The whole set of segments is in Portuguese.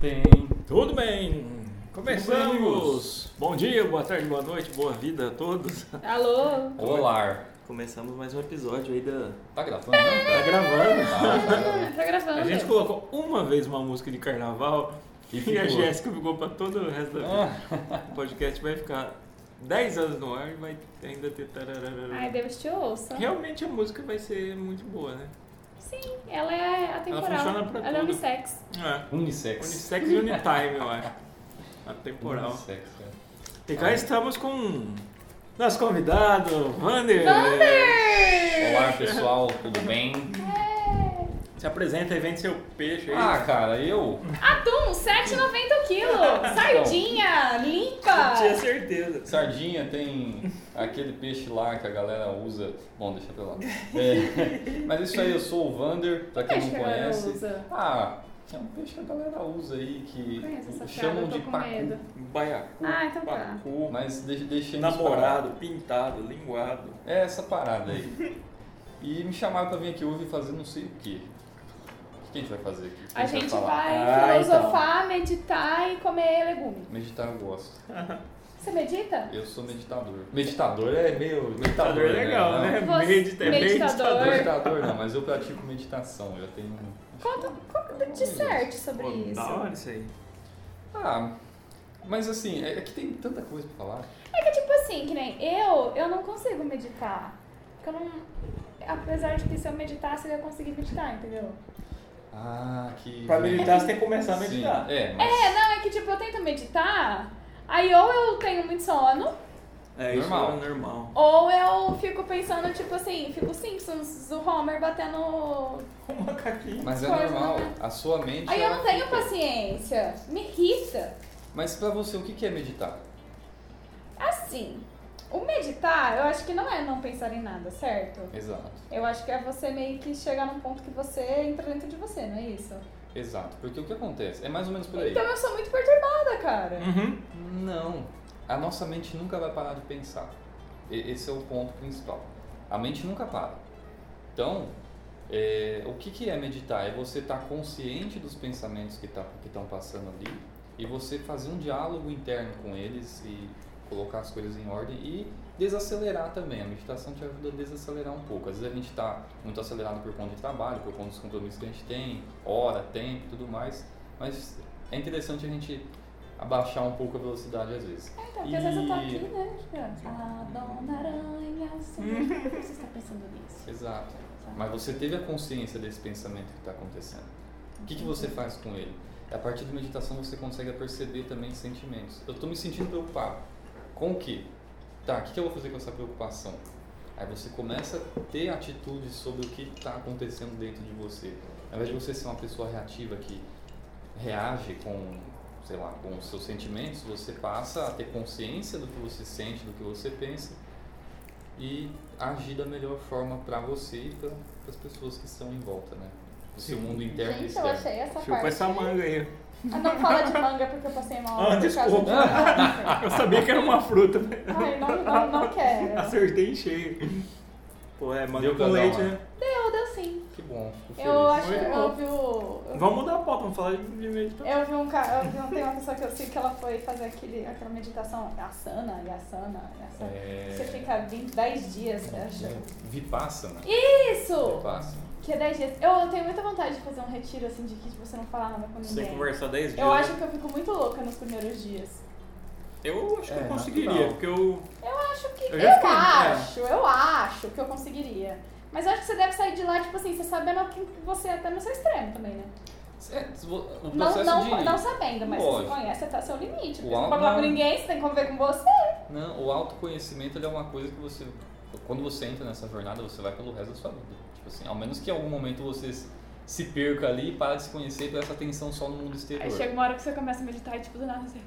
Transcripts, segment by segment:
Tem. Tudo bem? Começamos! Começamos. Bom dia, boa tarde, boa noite, boa vida a todos. Alô? é Olá. Começamos mais um episódio aí da. Tá gravando, né? Tá gravando? Ah, tá gravando. A gente colocou uma vez uma música de carnaval E e, a ficou. Jéssica ficou pra todo o resto da vida. O podcast vai ficar 10 anos no ar e vai ainda ter tararara. Ai, Deus te ouça. Realmente a música vai ser muito boa, né? Sim, ela é atemporal. Ela funciona pra Ela é tudo. unissex. É. Unissex. Unisex e Unitime, eu acho. Atemporal. Unissex, é. E cá estamos com nosso convidado, Wander. É. Vander! Olá, pessoal, tudo bem? É. Se apresenta e vende seu peixe aí. Ah, cara, eu. Atum, 7,90 o quilo. Sardinha, limpa. tinha certeza. Sardinha tem aquele peixe lá que a galera usa. Bom, deixa pra lá. É, Mas isso aí, eu sou o Vander, pra quem Peixe não é que a galera conhece. usa. Ah, é um peixe que a galera usa aí que Conhece essa piada, chamam eu tô de com pacu. medo. Baiacu, Ah, então tá. pacu, Mas deixa, deixa eles namorado, pintado, linguado. É essa parada aí. E me chamaram pra vir aqui hoje fazer não sei o quê. O que a gente vai fazer aqui? O que A gente falar? vai Ah, então. filosofar, meditar e comer legume. Meditar eu gosto. Tá. Você medita? Eu sou meditador. Meditador é meio. Meditador é legal, não. né? Você- Medita- é meditador. Meditador não, mas eu pratico meditação. Eu tenho. um- Conta, conta de certo sobre Pô, isso. da hora isso aí. Ah, mas assim, é é que tem tanta coisa pra falar. É que tipo assim, que nem eu, eu não consigo meditar. Porque eu não. Apesar de que se eu meditasse, eu ia conseguir meditar, entendeu? Ah, que. Pra meditar, você tem que começar a Sim, meditar. É, mas. É, não, é que tipo, eu tento meditar, aí ou eu tenho muito sono, É, Normal. isso é normal. ou eu fico pensando, tipo assim, fico Simpsons, o Homer batendo. Um macaquinho. Mas é coisa, normal, né? a sua mente. Aí eu ela não tenho fica- paciência. Me irrita. Mas pra você, o que que é meditar? Assim, o meditar, eu acho que não é não pensar em nada, certo? Exato. Eu acho que é você meio que chegar num ponto que você entra dentro de você, não é isso? Exato, porque o que acontece? É mais ou menos por aí. Então eu sou muito perturbada, cara. Uhum. Não. A nossa mente nunca vai parar de pensar. E- Esse é o ponto principal. A mente nunca para. Então, é, o que, que é meditar? É você estar consciente dos pensamentos que tá, estão passando ali e você fazer um diálogo interno com eles e colocar as coisas em ordem e desacelerar também. A meditação te ajuda a desacelerar um pouco. Às vezes a gente está muito acelerado por conta de trabalho, por conta dos compromissos que a gente tem, hora, tempo e tudo mais, mas é interessante a gente abaixar um pouco a velocidade às vezes. É, Então, porque às vezes eu tô E- aqui, né? tipo, A dona aranha, sim. Por que você está pensando nisso? Exato. sabe? Mas você teve a consciência desse pensamento que está acontecendo. O que, que você faz com ele? A partir da meditação você consegue perceber também sentimentos. Eu estou me sentindo preocupado. Com o quê? Tá, o que, que eu vou fazer com essa preocupação? Aí você começa a ter atitudes sobre o que está acontecendo dentro de você. Ao invés de você ser uma pessoa reativa que reage com, sei lá, com os seus sentimentos, você passa a ter consciência do que você sente, do que você pensa e agir da melhor forma para você e para as pessoas que estão em volta, né? O seu Sim. mundo interno e Gente, eu externo. achei essa Chupa parte. essa manga aí. Ah, não fala de manga porque eu passei mal. Ah, desculpa. Eu sabia que era uma fruta, mas Ai, não, não, não quero. acertei em cheio. Pô, é manga Deu pra com dar leite, uma- né? Deu, deu sim. Que bom, fico feliz. Eu acho Muito eu bom. ouvi o. eu- Vamos mudar a pauta, vamos falar de de meditação. Eu vi um cara, eu vi um, tem uma pessoa que eu sigo que ela foi fazer aquele, aquela meditação asana, yasana, yasana. É... Você fica 20, 10 dias. eu acho. Vipassana. Isso! Vipassana. Que é 10 dias. Eu tenho muita vontade de fazer um retiro assim de que tipo, você não fala nada com Você tem que ninguém. conversar 10 dias. Eu né? acho que eu fico muito louca nos primeiros dias. Eu acho que É, eu conseguiria, natural. porque eu. Eu acho que. Eu Eu, já fiquei, é. acho, eu acho que eu conseguiria. Mas eu acho que você deve sair de lá, tipo assim, você sabendo que você é até no seu extremo também, né? É, o Não, processo não, de... não sabendo, mas você Lógico. conhece até o seu limite. Porque Uau, você não pode falar com não. ninguém, você tem que conviver com você. Não, o autoconhecimento ele é uma coisa que você. Quando você entra nessa jornada, você vai pelo resto da sua vida. Tipo assim, ao menos que em algum momento você se- se perca ali, para de se conhecer e presta atenção só no mundo exterior. Aí chega uma hora que você começa a meditar e tipo, do nada você.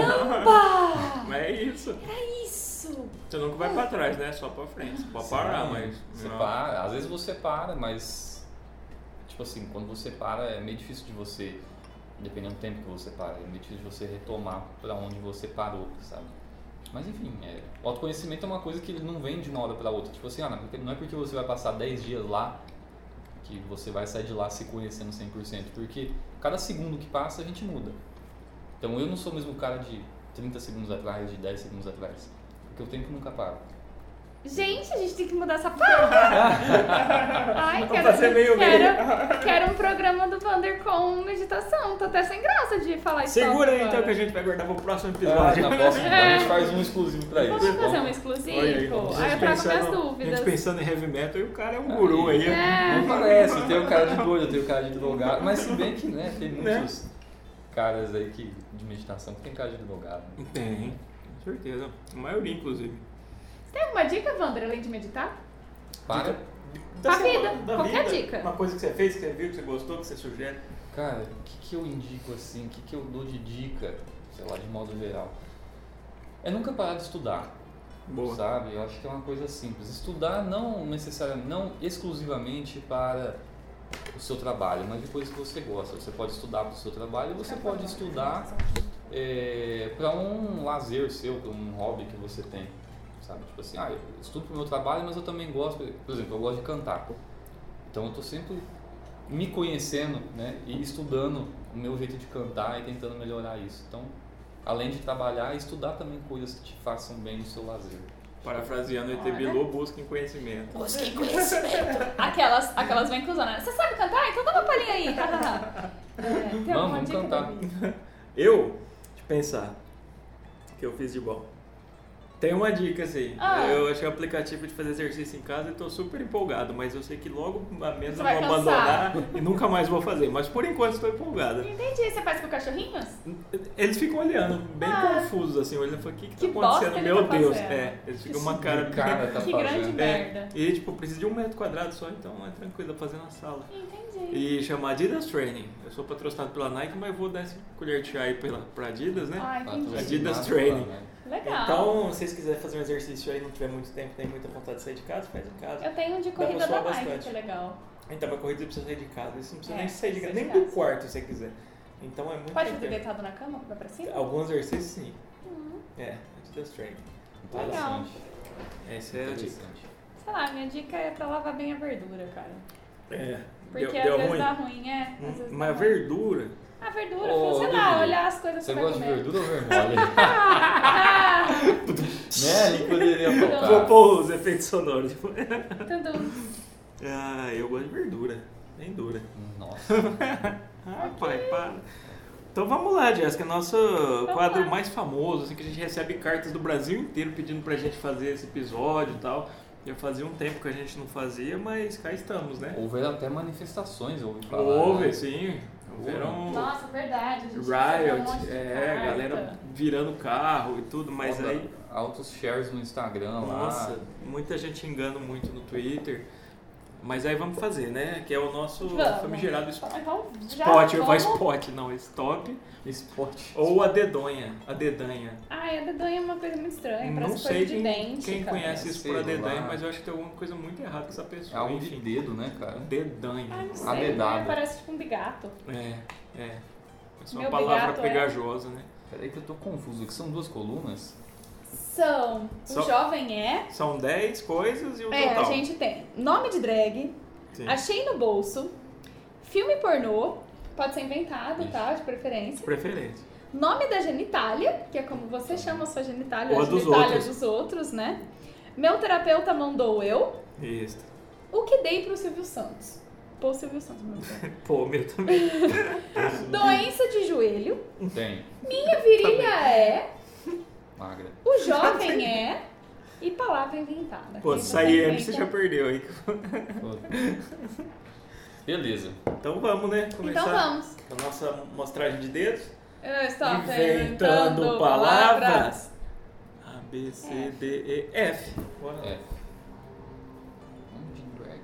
Caramba! Mas é isso. Isso! Você nunca vai pra trás, né? Só pra frente. Você pode parar, Sim, mas. Você não. para, às vezes você para, mas. Tipo assim, quando você para é meio difícil de você. Dependendo do tempo que você para, é meio difícil de você retomar para onde você parou, sabe? Mas enfim, é, o autoconhecimento é uma coisa que ele não vem de uma hora para outra. Tipo assim, ah, não, porque- não é porque você vai passar 10 dias lá que você vai sair de lá se conhecendo 100%, porque cada segundo que passa a gente muda. Então eu não sou o mesmo cara de 30 segundos atrás, de 10 segundos atrás, porque o tempo nunca para. Gente, a gente tem que mudar essa porra. Ai, quero, um fazer meio meio. quero, quero um programa do Vander com meditação. Tô até sem graça de falar isso. Segura aí agora. então que a gente vai guardar pro próximo Ah, episódio. na próxima, a gente É. faz um exclusivo pra isso. Vamos fazer Então, um exclusivo? Aí eu pensando- trago minhas A gente dúvidas. pensando em heavy metal e o cara é um guru aí. É. Não parece, tem o cara de doido, tem o cara de drogado, mas se bem que, né, tem Né? muitos caras aí que, de meditação que tem cara de drogado. né? Tem, com certeza. A maioria, inclusive. Tem alguma dica, Vander, além de meditar? Para. Tá Da vida, qualquer dica. Uma coisa que você fez, que você viu, que você gostou, que você sugere. Cara, o que, que eu indico assim? O que, que eu dou de dica, sei lá, de modo geral? É nunca parar de estudar, Boa. sabe? Eu acho que é uma coisa simples. Estudar não necessariamente, não exclusivamente para o seu trabalho, mas de coisas que você gosta. Você pode estudar para o seu trabalho, você pode estudar para um lazer seu, para um hobby que você tem, sabe? Tipo assim, ah, eu estudo para o meu trabalho, mas eu também gosto, por exemplo, eu gosto de cantar. Então eu estou sempre me conhecendo, né, e estudando o meu jeito de cantar e tentando melhorar isso. Então, além de trabalhar, estudar também coisas que te façam bem no seu lazer. Parafraseando o ET Bilu, busquem conhecimento. Busquei conhecimento. Aquelas, aquelas vêm cruzando. né? Você sabe cantar? Então dá uma palhinha aí. É, tem Vamos, alguma vamos dica? cantar. Davi? Eu, de pensar, o que eu fiz de bom. Tem uma dica, assim. Ah. Eu achei um aplicativo de fazer exercício em casa e tô super empolgado, mas eu sei que logo a mesa Você eu vai vou abandonar e nunca mais vou fazer. Mas por enquanto estou empolgado. Entendi. Você faz com cachorrinhos? Eles ficam olhando, bem Ah. confusos, assim, olhando e falando, o que, que tá Que bosta acontecendo? ele Meu tá Deus. fazendo." É, eles ficam Que uma cara. cara tá que grande fazendo. merda. É, e tipo, precisa de um metro quadrado só, então é tranquilo, dá pra fazer na sala. É. Entendi. E chama Adidas Training. Eu sou patrocinado pela Nike, mas vou dar essa colher de chá aí pela, pra Adidas, né? Ah, entendi. Adidas Patrocinado Training. lá, né? Legal. Então, se vocês quiserem fazer um exercício aí, não tiver muito tempo, nem muita vontade de sair de casa, faz em casa. Eu tenho um de Dá pra corrida da suar Nike, bastante. que é legal. Então, pra corrida você precisa sair de casa. Você não precisa É, nem sair de precisa casa, de nem casa. do quarto se você quiser. Então é muito Pode fazer tempo. deitado na cama, pra pra cima? Alguns exercícios sim. Hum. É, Adidas Training. Legal. Interessante. Essa é a dica. Interessante. Sei lá, minha dica é pra lavar bem a verdura, cara. É. Porque às vezes dá ruim, é. Às vezes dá Hum, Mas a ruim. verdura. A verdura, Ô, sei lá, Vivi, olhar as coisas que Você você vai gosta de comer. verdura ou vermelha? Ah! né? Ali poderia tocar. Vou pôr os efeitos sonoros. Tanto. um, ah, eu gosto de verdura. Nem dura. Nossa. Ah, pai, para. Então vamos lá, Jéssica, nosso quadro mais famoso, assim, que a gente recebe cartas do Brasil inteiro pedindo pra gente fazer esse episódio e tal. Já fazia um tempo que a gente não fazia, mas cá estamos, né? Houveram até manifestações, eu ouvi falar. Houve, né? sim. Houveram Nossa, verdade. A gente recebeu um monte riot, de é, carta. galera virando carro e tudo, mas Alta- aí, Altos shares no Instagram nossa, lá. muita gente engana muito no Twitter. Mas aí vamos fazer, né? Que é o nosso Vamos. famigerado spot. Então, já Spot, eu vou vamos- spot, não, é stop. Esporte. Ou a dedonha, a dedanha. Ai, a dedonha é uma coisa muito estranha. não parece sei coisa quem, de dente. quem cara. conhece isso Sei por a lá. dedanha, mas eu acho que tem alguma coisa muito errada com essa pessoa. É algo de enfim. dedo, né, cara? Dedanha. Ai, não A sei. dedada. né? Parece tipo um bigato. É, é. É só uma Meu palavra bigato é- pegajosa, né? Peraí que eu tô confuso, que são duas colunas? São. O Só- jovem é. São 10 coisas e o É, a total. gente tem nome de drag, Sim. achei no bolso, filme pornô, pode ser inventado, Isso. tá? De preferência. Preferência. Nome da genitália, que é como você chama a sua genitália, Ou a a dos genitália outros. dos outros, né? Meu terapeuta mandou eu. Isso. O que dei pro Silvio Santos? Pô, Silvio Santos, meu Deus. Pô, o meu também. Doença de joelho. Tem. Minha Tá virilha é. Magra. O jovem é. E palavra inventada. Pô, Quem se sair inventa- M você já perdeu aí. Beleza. Então vamos, né? Começar Então vamos. a nossa mostragem de dedos. Eu estou Inventando inventando palavras. A, B, É. C, D, E, F. Bora lá. É. Nome de drag.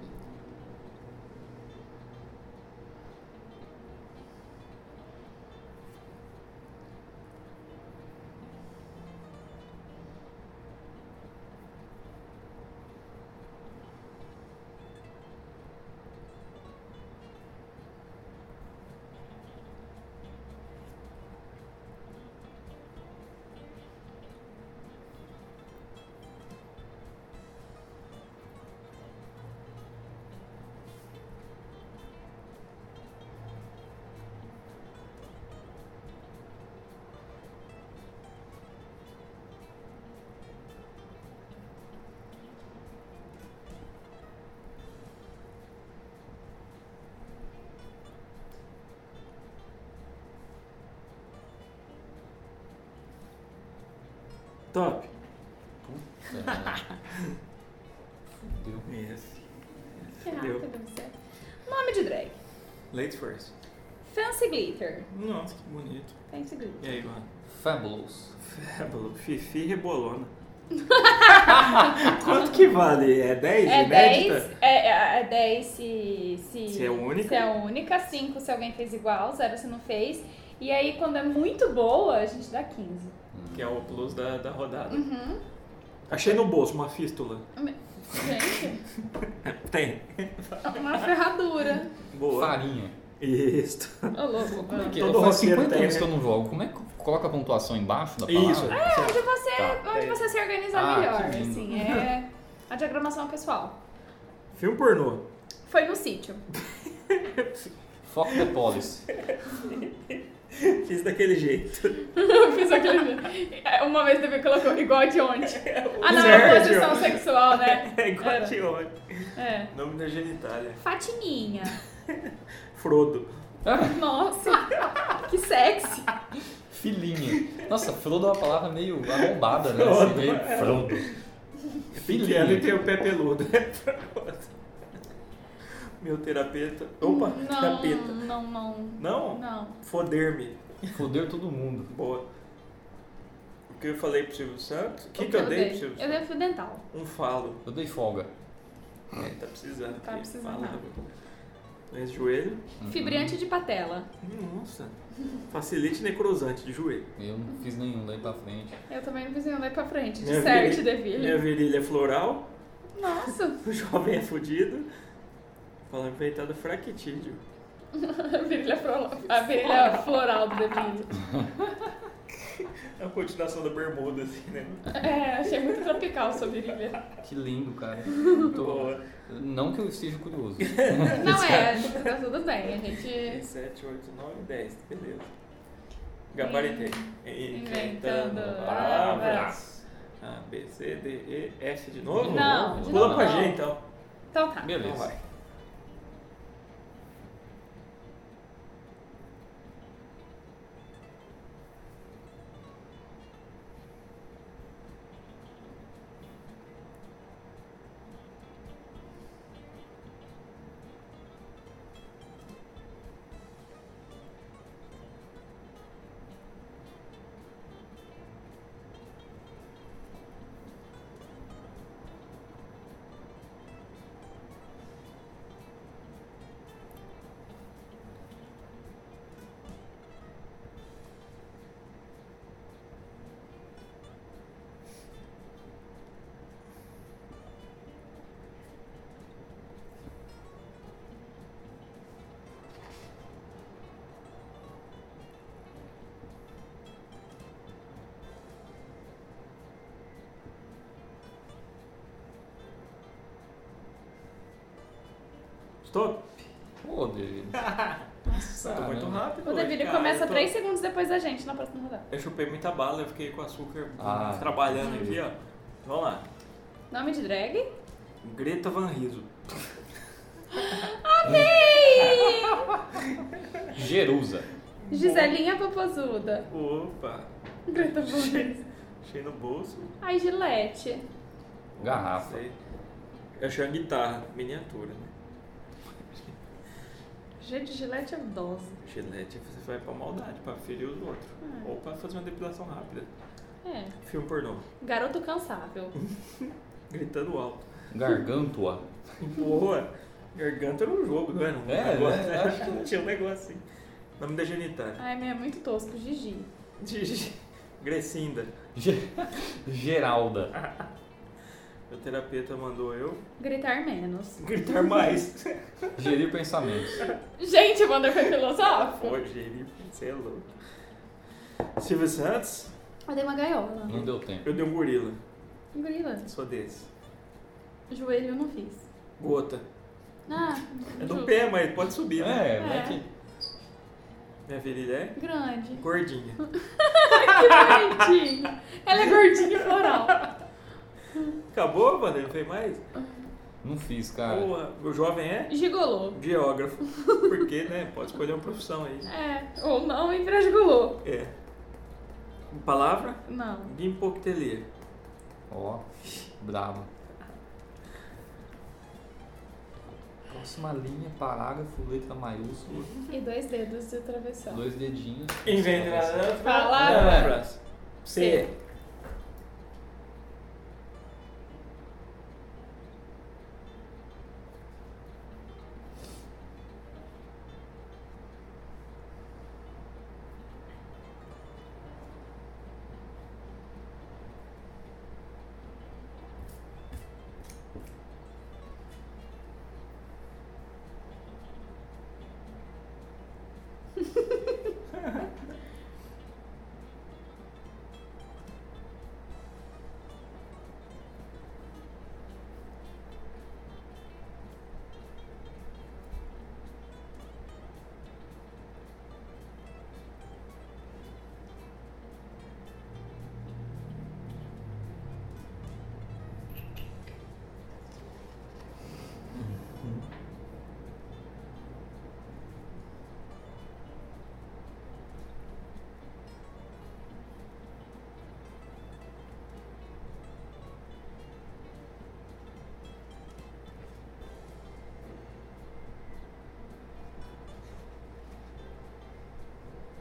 Top. Puta, merda. Fudeu. Yes. Que Deu. rápido você. Nome de drag. Ladies first. Fancy Glitter. Nossa, que bonito. Fancy Glitter. E aí, Luan? Fabulous. Fébalo, É, Fifi Rebolona. Quanto que vale? É 10? É Inédita? 10, é, é, é 10 se, se, Se é única. Se é única, 5 se alguém fez igual, 0 se não fez. E aí, quando é muito boa, a gente dá 15. Que é o plus da, da rodada. Uhum. Achei no bolso uma fístula. Gente, Tem. é uma ferradura. Boa. Farinha. Isso. Ô, louco. Como é que é? Todo Eu faz roteiro 50 tem, anos né? que eu não jogo. Como é que coloca a pontuação embaixo da palavra? Isso. Onde você, Tá. onde você se organiza Ah, melhor, que lindo. assim. É a diagramação pessoal. Filme pornô. Foi no sítio. Foco the policy. Fiz daquele jeito. Eu fiz aquele. é, Uma vez também colocou igual de ontem. Ah, não, Zero. é posição sexual, né? É igual Era. a Tione. É. Nome da genitália. Fatininha. Frodo. Nossa, que sexy. Filhinha. Nossa, Frodo é uma palavra meio arrombada, né? Frodo. Assim, meio Frodo. Filhinha. Ela tem o pé peludo. É Frodo. Meu terapeuta. Opa, terapeuta. Não, não, não. Não? Não. Foder-me. Fodeu todo mundo. Boa. O que eu falei pro Silvio Santos? O que, O que eu dei pro Silvio Eu Santos? dei fio dental. Um falo. Eu dei folga. É, tá precisando. Tá que precisando. fala. Mas joelho. Fibriante de patela. Nossa. Facilite necrosante de joelho. Eu não fiz nenhum daí pra frente. Eu também não fiz nenhum daí pra frente. De Minha certe, virilha- Minha devilha. virilha é floral. Nossa, O jovem é fudido. Falando inventado fraquitídeo. a virilha, floral, a virilha floral do devilha. É a continuação da bermuda, assim, né? É, achei muito tropical sua virilha. Que lindo, cara. Tô... Boa. Não que eu esteja curioso. Não é, tá tudo bem. A gente 7, 8, 9, 10. Beleza. Gabaritei. Inventando palavras. A, B, C, D, E, F de novo? Não, de Pula novo pra não. G, então. Então tá. Então Beleza. vai. Stop. Tá, Pô, David. Nossa, tô muito caramba. rápido. O hoje, Devilho cara. começa Eu tô- 3 segundos depois da gente na próxima rodada. Eu chupei muita bala, eu fiquei com açúcar Ah. trabalhando aqui, ó. Então, Vamos lá. Nome de drag? Greta Van Riso. Amei! Jerusa. Giselinha Popozuda. Opa. Greta Van Riso. Achei no bolso. Ai, Gillette. Garrafa. Sei. Eu achei uma guitarra, miniatura, né? Gente, Gillette é dose. Gilete, você vai pra maldade, pra ferir os outros. Ah. Ou pra fazer uma depilação rápida. É. Filme pornô. Garoto cansável. Gritando alto. Gargantua. Boa. Garganta era um jogo, não era? Um É, negócio, né? né? Acho que tinha um negócio assim. Nome da genitária. Ai, meu, é muito tosco. Gigi. Gigi. Grecinda. Ge- Geralda. Meu terapeuta mandou eu Gritar menos. gritar mais. Gerir pensamentos. Gente, o Wander foi filosófico. Pode, ele, você é louco. Silvio Santos, Eu dei uma gaiola. Não deu tempo. eu dei um gorila. Gorila. Sou desse. Joelho eu não fiz. Gota. Ah, É do justo. pé, mas pode subir, né? É, vai que. Minha virilha é Grande. gordinha. Que bonitinho. Ela é gordinha e floral. Acabou, mano? Não fez mais? Não fiz, cara. Boa. O jovem é? Gigolô. Geógrafo. Porque, né? Pode escolher uma profissão aí. É, ou não e pra gigolô. É. Palavra? Não. Bimpoctelia. Ó, brabo. Próxima linha, parágrafo, letra maiúscula, E dois dedos de travessão. dois dedinhos. É, Inventa Palavra. C.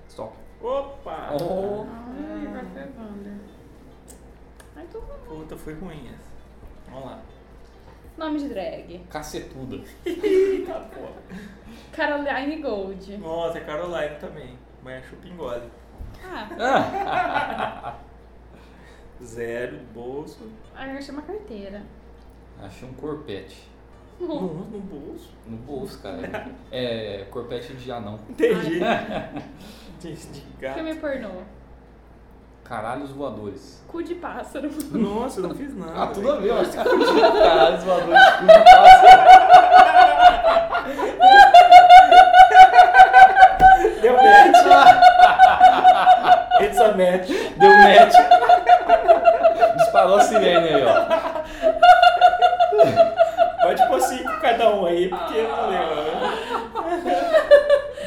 Stop. Opa! Oh. Ai, Ah, vai fervando. Ai, tô com Puta, foi ruim essa. Vamos lá. Nome de drag. Cacetuda. Eita porra. Caroline Gold. Nossa, é Caroline também. Mas é chupingole. Ah, Zero, bolso. aí eu achei é uma carteira. Achei um corpete. No, no bolso. No bolso, cara. É, corpete de anão. Entendi. De, de gato. Filme pornô. Caralhos voadores. Cu de pássaro. Nossa, eu não fiz nada. Ah, tudo a velho. ver, ó. Caralhos voadores. cu de pássaro. Deu match. It's a match. Deu match. Disparou a sirene aí, ó. Pode pôr cinco cada um aí, porque não né? lembro.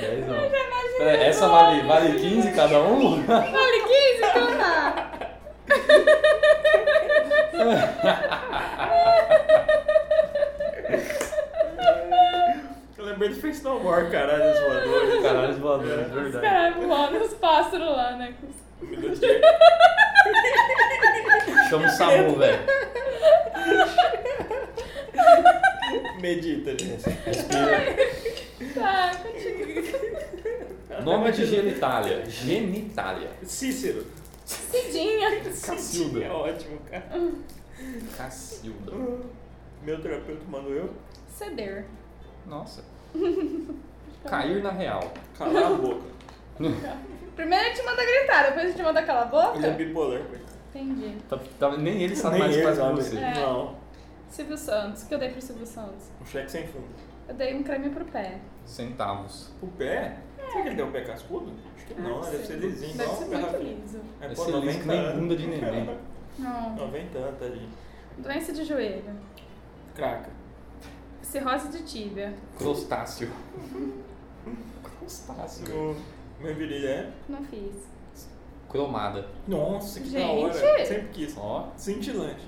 Dez não. Pera, É, essa vale, vale 15 cada um? Vale 15, então tá. Eu lembrei do Face No More, caralho, os voadores. Caralhos voadores, Os é verdade. caras voando os pássaros lá, né? Um Chama o Samu, velho. Medita, gente. Tá, continua. Nome de genitália. Genitália. Cícero. Cidinha. Cacilda. É ótimo, cara. Cacilda. Meu terapeuta mandou eu Ceder. Nossa. Cair na real. calar a boca. Primeiro ele te manda gritar, depois ele te manda calar a Ele é boca. bipolar, coitado. Entendi. Tá- tá- nem ele sabe Nem mais o que ele faz com sabe. você. É. Não. Silvio Santos. O que eu dei pro Silvio Santos? Um cheque sem fundo. Eu dei um creme pro pé. Centavos. O pé? Será que ele tem um pé cascudo? Acho que não, Ah, deve ser sei. lisinho. Deve igual ser um pé muito rafinha. liso. É, Deve pô, ser liso 90 que nem anos. bunda de neném. Não. 90 anos, tadinho. Doença de joelho. Craca. Cirrose de tíbia. Crustáceo. Crustáceo. O meu virilho é... Não fiz. Cromada. Nossa, que da hora. Gente! Sempre quis. Ó, Cintilante.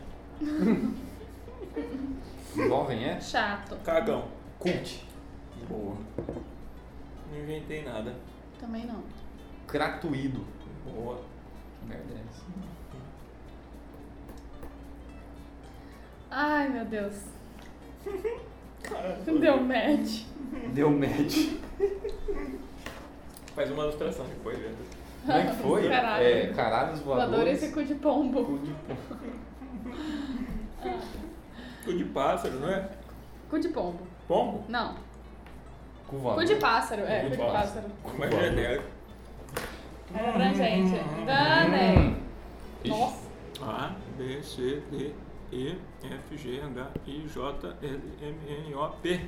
jovem é? Chato. Cagão. Cult. Boa. Não inventei nada. Também não. Cratuído. Boa. Que merda é essa? Ai, meu Deus. Caralho. Deu match. Deu match. Faz uma ilustração depois, velho. Como é que foi? Caralho. É, caralhos voadores. Voadores e cu de pombo. cu de pombo. Cu de pássaro, não é? Cu de pombo. Pombo? Não. Cu Cu voador. de pássaro. É, Cu de cu de pássaro. Como é genérico. Era pra gente. Hum. Dane. Ixi. Nossa. A, B, C, D, E, F, G, H, I, J, L, M, N, O, P.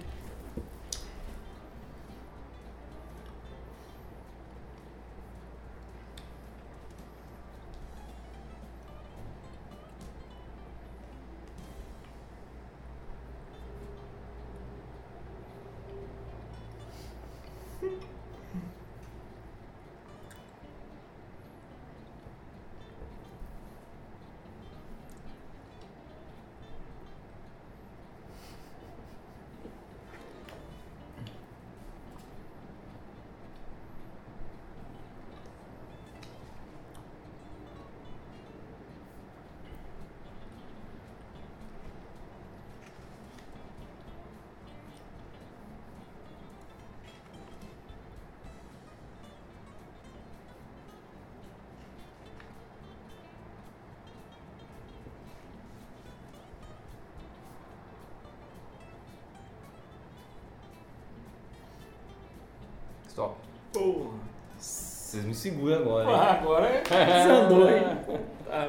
Stop. Porra. Vocês me seguram agora, hein? Ah, agora desandou, hein? Tá.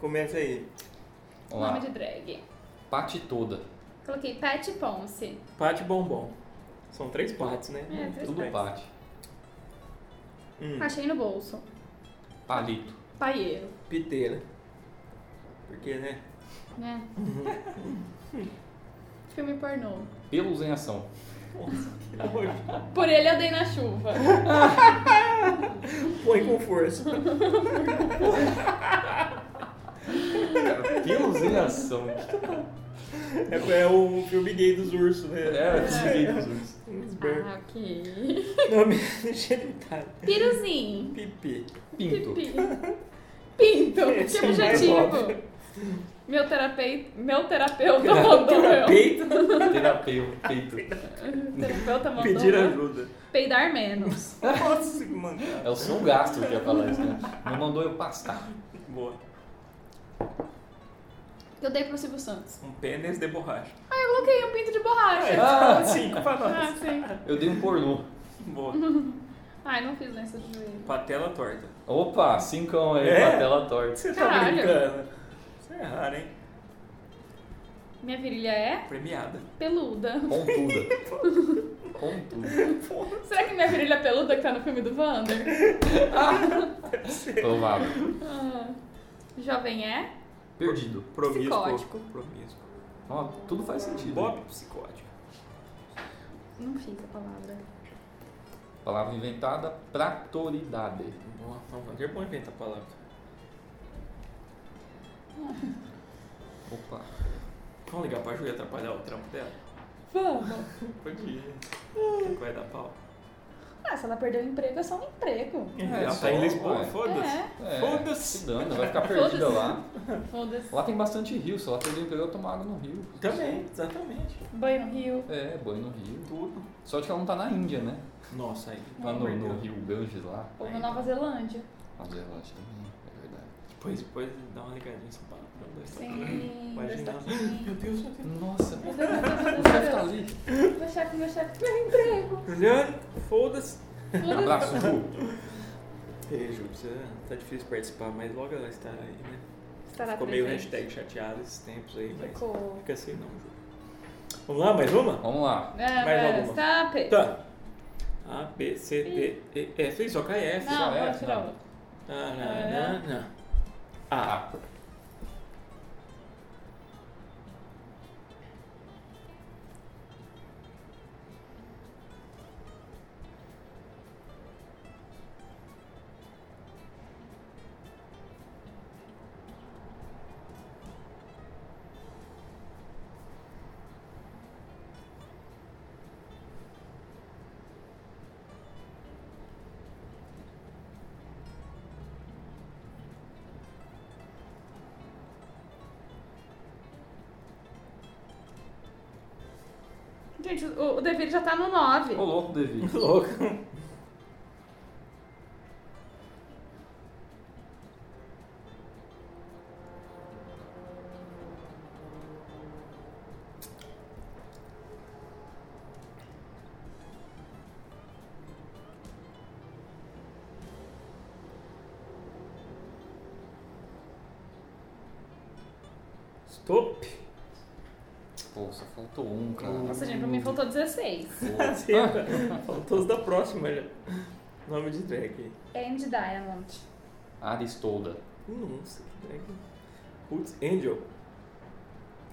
Começa aí. Vamos Nome lá. de drag. Pati toda. Coloquei Pat Ponce. Pate bombom. São três partes, né? É, três Tudo Tudo bem. Pati. Hum, Achei no bolso. Palito. Paieiro, piteira. Porque, né? né? Filme pornô. Pelos em ação. Tá Por ele eu dei na chuva. Põe com força. Cara, pelos em ação. É, é o filme gay dos ursos, né? É, eu desliguei dos ursos. Ginsberg. ah, ok. Nome genitário. Piruzinho. Pipi. Pinto. Pipi. Pinto. Esse que é o mais óbvio. objetivo. Meu, terapei... Meu terapeuta mandou eu. Peito. Terapeuta. Peito. terapeuta mandou Pedir eu ajuda. peidar menos. Nossa, mano. É o seu gasto que ia falar isso, né? Não mandou eu pastar. Boa. Eu dei pro Silvio Santos. Um pênis de borracha. Ah, eu coloquei um pinto de borracha. Ah, cinco pra Ah, nós. sim. Eu dei um pornô. Boa. Ai, não fiz lenço de joelho. Patela torta. Opa, cincão aí, É? patela torta. Você tá Caralho. brincando. Isso é raro, hein? Minha virilha é Premiada. peluda. Pontuda. Pontuda. Será que minha virilha é peluda que tá no filme do Wander? Provável. Ah, jovem é? Perdido. Promíscuo. Psicótico. Promíscuo. Ó, tudo faz sentido. Bob psicótico. Não fiz a palavra. Palavra inventada, pratoridade. Boa. Não, Wander é bom inventar a palavra. Opa. Vamos ligar pra Ju e atrapalhar o trampo dela? Vamos. Pode ir. Vai dar pau. Ah, se ela perdeu o emprego, é só um emprego. É, ela só, tá em Lisboa. ué. Foda-se. É, Foda-se. se dane, vai ficar perdida Foda-se. lá. É, foda-se. Lá tem bastante rio, se ela perder o emprego, eu tomo água no rio. Também, exatamente. Banho no rio. É, banho no rio. Tudo. Só de que ela não tá na Índia, né? Nossa, aí. É, tá Lá no, no rio Ganges lá. Ou na Nova Zelândia. Na Zelândia também, é verdade. Depois, depois dá uma ligadinha em São Paulo. pra dois. Sim. dois Imagina. Meu toquinhos. Deus, meu Deus. Nossa, Meu Deus, meu Deus, meu o Deus, chefe tá meu Deus. ali. Meu chefe, meu chefe, meu emprego. Juliano, foda-se. Foda-se. Um Abraço, Ju. Ei, Ju, você tá difícil participar, mas logo ela estará aí, né? Estará Ficou meio Tá presente. hashtag chateado esses tempos aí, mas Ficou. fica assim não, Ju. Vamos lá, mais uma? Vamos lá. É, Mais mas alguma? tá pre- Tá. A, B, C, D, E, F, só cai F. Não, é, vou tirar não. outra. Ah, não, não, não. Ah, A. Gente, o, o dever já tá no 9. Ô, louco, Devi. Tá Louco. Stop. Pô, só faltou um, cara. Nossa, gente, pra mim faltou 16. Pô. Faltou os da próxima já. Nome de drag. Andy Diamond. Aristolda. Nossa, que drag. Putz, Angel.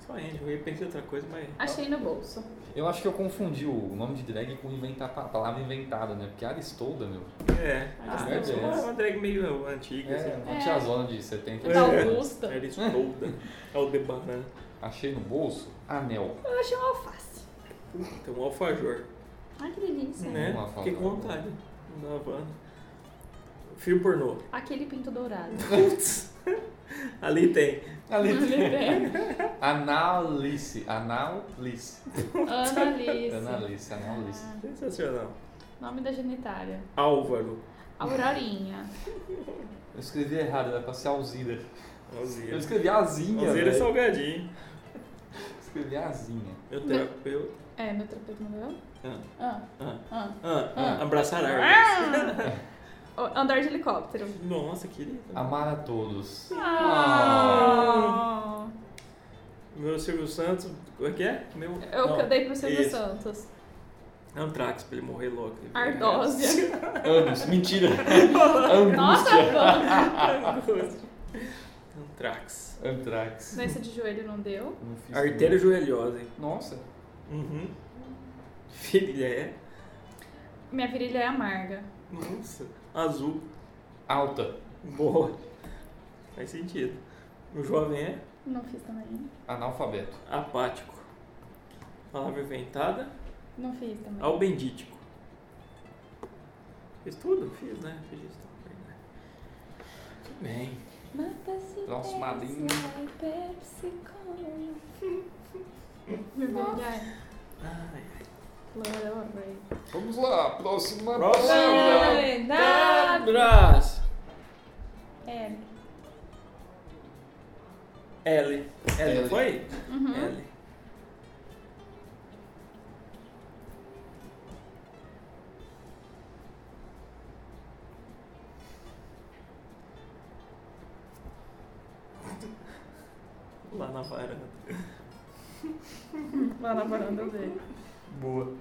Só Angel, eu ia pensar em outra coisa, mas. Achei no bolso. Eu acho que eu confundi o nome de drag com inventar a palavra inventada, né? Porque Aristolda, meu, É, Ah, é beleza. uma, uma drag meio antiga, é assim. uma É. tiazona de 70. Da Augusta. Ela estolda. Aldebaran. Achei no bolso, anel. Eu achei um alface. Tem um alfajor. Ai, que delícia. Né? Um alfajor. Fiquei com vontade. Na Havana. Filme pornô. Aquele pinto dourado. Putz. Ali tem. Ana Analice. Analice. Alice. Analice, analice. Sensacional. Nome da genitária. Álvaro. Aurorinha. Eu escrevi errado, era pra ser Alzira. Eu Alzira. escrevi Azinha. Alzira é velho. salgadinho. Escrevi Azinha. Eu, tra... eu É, meu tropeiro não deu? Ah, Ah, ah, ah. ah, ah, Ah. Abraçar árvores. Ah! Andar de helicóptero. Nossa, querido. Amar a todos. Ah. Meu é Silvio Santos, como é que é? Meu... Eu não, cadei pro Silvio isso. Santos. Antrax, pra ele morrer logo. Ardósia. Anos, mentira. Nossa, Angústia. vamos. Angústia. É um Antrax. Antrax. Doença de joelho não deu. Não fiz Artéria joelhosa, hein? nenhum. Nossa. Uhum. Filha, é? Minha virilha é amarga. Nossa. Azul. Alta. Boa. Faz sentido. O jovem é Não fiz também. Analfabeto. apático. Palavra inventada. Não fiz também. Ao bendítico. Fiz tudo? Fiz, né? Fiz isso. né? Tudo bem. Mata-se Nossa, Pepsi, uma linha. ai, Pepsi Cola. Vermelha. Ai, Laura Ray. Vamos lá, próxima. Próxima. palavra. Ai, ai. dá- Cabras. É. L. L, L. não foi? Uhum. L. Lá na varanda. Lá na varanda dele. Boa.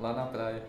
Lá na praia.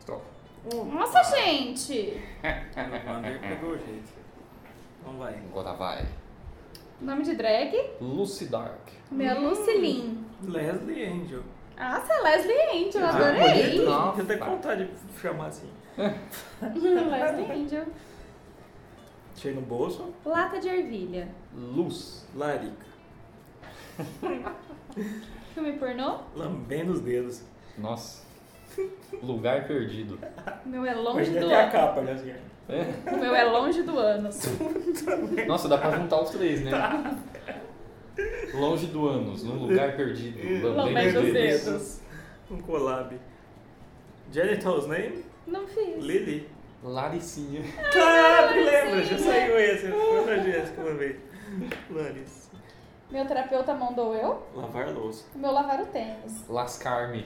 Stop. Uhum. Nossa, gente! O Wander pegou o jeito. Então vai. Agora vai. Nome de drag? Lucy Dark. Minha Ah, Lucilin. Leslie Angel. Nossa, Leslie Angel, Ah, adorei. bonito. Nossa. Eu até com vontade de chamar assim. Leslie Angel. Tirei no bolso. Lata de ervilha. Luz. Larica. Filme pornô? Lambendo os dedos. Nossa. Lugar perdido. O meu é Hoje longe deve do ter a ano. capa, né? assim. É? O meu é longe do ânus. Nossa, dá pra juntar os três, né? Longe do ânus, num lugar perdido. Lambendo Lambendo os os dedos. dedos. Um collab. Genital's name? Não fiz. Lily. Laricinha. Ah, Claro que lembra, já Laricinha. saiu esse. Foi pra Jéssica uma vez. Laris. Meu terapeuta mandou eu. Lavar louça. O meu lavar o tênis. Lascar-me.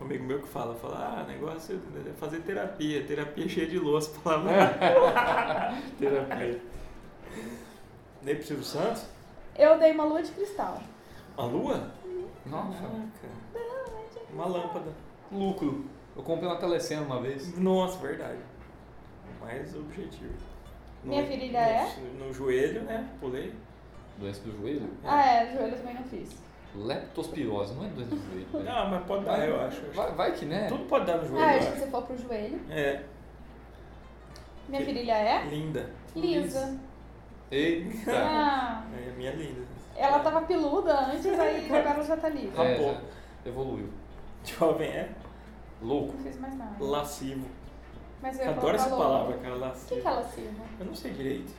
Um amigo meu que fala, fala, ah, negócio é fazer terapia. Terapia cheia de louça pra lavar. terapia. Nem pro Silvio Santos? Eu dei uma lua de cristal. Uma lua? Ah. Nossa. Caraca. Uma lâmpada. Lucro. Eu comprei uma telecena uma vez. Nossa, verdade. Mais objetivo. Minha virilha é? No, no joelho, né? Pulei. Doença do joelho? Ah, é, joelho também não fiz. Leptospirose. Não é doença do joelho. né? Ah, mas pode dar, eu acho. eu acho. Vai, vai que né? Tudo pode dar no joelho, Ah, eu acho que acho. se for pro joelho. É, Minha Que- virilha é? linda. Lisa. Eita. Ah, É, a minha é linda. ela tava peluda antes, aí agora ela já tá livre. É, Rapou. já evoluiu. Jovem é Louco. Não fiz mais nada. lascivo. Mas eu ia Adoro essa colocar louco. palavra, cara, O lascivo. que, que ela sirva? Eu não sei direito.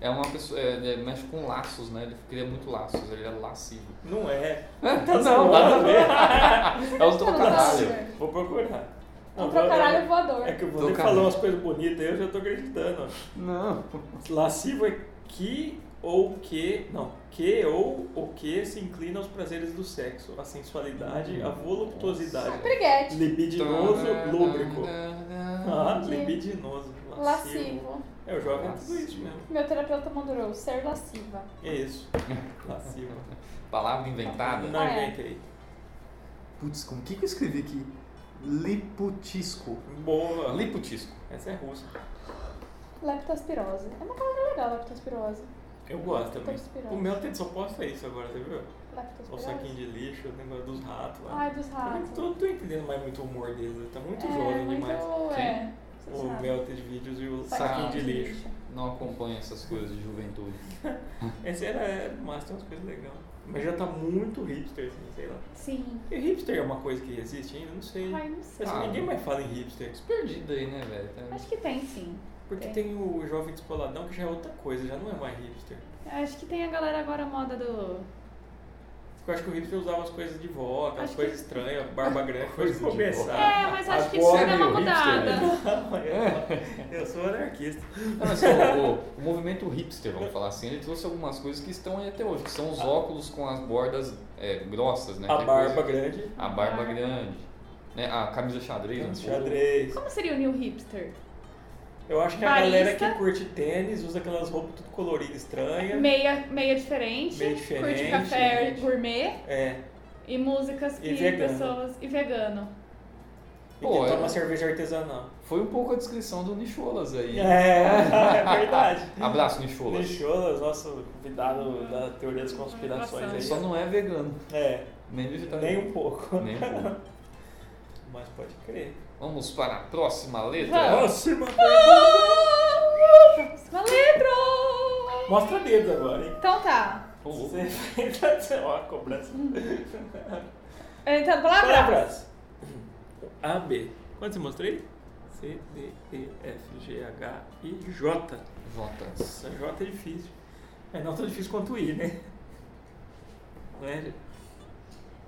É uma pessoa. é, é, mexe com laços, né? Ele cria muito laços, ele é lascivo. Não é. Não, zoando. nada a ver. É o Ela trocadilho. adora. Vou procurar. Um agora- trocadilho voador. É que eu vou ter que Trocadilho. falar umas coisas bonitas, aí eu já tô acreditando. ó. Não. Lascivo é que ou que, não, que ou o que se inclina aos prazeres do sexo, a sensualidade, a voluptuosidade, Briguete. Então, libidinoso, Tá, né, lúbrico. Ah, Entendi. libidinoso, lascivo. Lascivo. É, o jovem é tudo Lascivo. isso mesmo. Meu terapeuta mandou eu ser lasciva. É isso. Lascivo. Palavra inventada. Não Ah, é. inventei. Putz, como que, que eu escrevi aqui? Liputisco. Boa. Ah, Liputisco. Essa é russa. Leptospirose. É uma palavra legal, leptospirose. Eu gosto também. Lactospirose. O meu tem só posta isso agora, você viu? O Lactospirose? saquinho de lixo, o negócio dos ratos lá. Ai, dos Eu ratos. não tô, tô entendendo mais muito o humor deles, né? tá muito é, jovem muito, demais. É, você O sabe. meu tem vídeos e o Saquinho saquinho de de lixo. Não acompanha essas coisas de juventude. Esse era, é, mas tem umas coisas legais. Mas já tá muito hipster, assim, sei lá. Sim. E hipster é uma coisa que existe ainda? Não sei. Ai, não sei. Parece que Ah. ninguém mais fala em hipster. Perdido aí, né, velho? Tá- Acho que tem, sim. Porque É. tem o jovem despoladão que já é outra coisa, já não é mais hipster. Acho que tem a galera agora moda do... Porque eu acho que o hipster usava as coisas de vó, aquelas Acho coisas estranhas, barba grande, Coisa coisa de de começar. É, mas acho que isso Agora deu uma eu hipster, mudada. né? Eu, eu sou anarquista. Não, mas o, o- o movimento hipster, vamos falar assim, ele trouxe algumas coisas que estão aí até hoje, que são os óculos com as bordas é, grossas, né? A que é barba coisa- grande, A barba grande. Né? A camisa xadrez. né? xadrez. Como seria o new hipster? Eu acho que a Barista. galera que curte tênis usa aquelas roupas tudo coloridas, estranhas. Meia, meia diferente, Meia diferente, curte café gente. gourmet É. e músicas que E vegano. pessoas... E vegano. E Pô, que é- toma cerveja artesanal. Foi um pouco a descrição do Nicholas aí. É, é verdade. Abraço, Nicholas. Nicholas, nosso convidado da teoria das conspirações Ele aí. só tá não é vegano, É, nem vegetariano. nem um pouco. Nem um pouco. Mas pode crer. Vamos para a próxima letra. Vamos. Próxima Ah! Próxima letra! Mostra dedo agora, hein? Então tá. Ô, Uhum. louco. Você Ó, a cobrança. Então, palavra. Palavras. A, B. Quanto você mostrei? C, D, E, F, G, H, I, J. Jota. Nossa, J é difícil. É não tão difícil quanto I, né? Não é?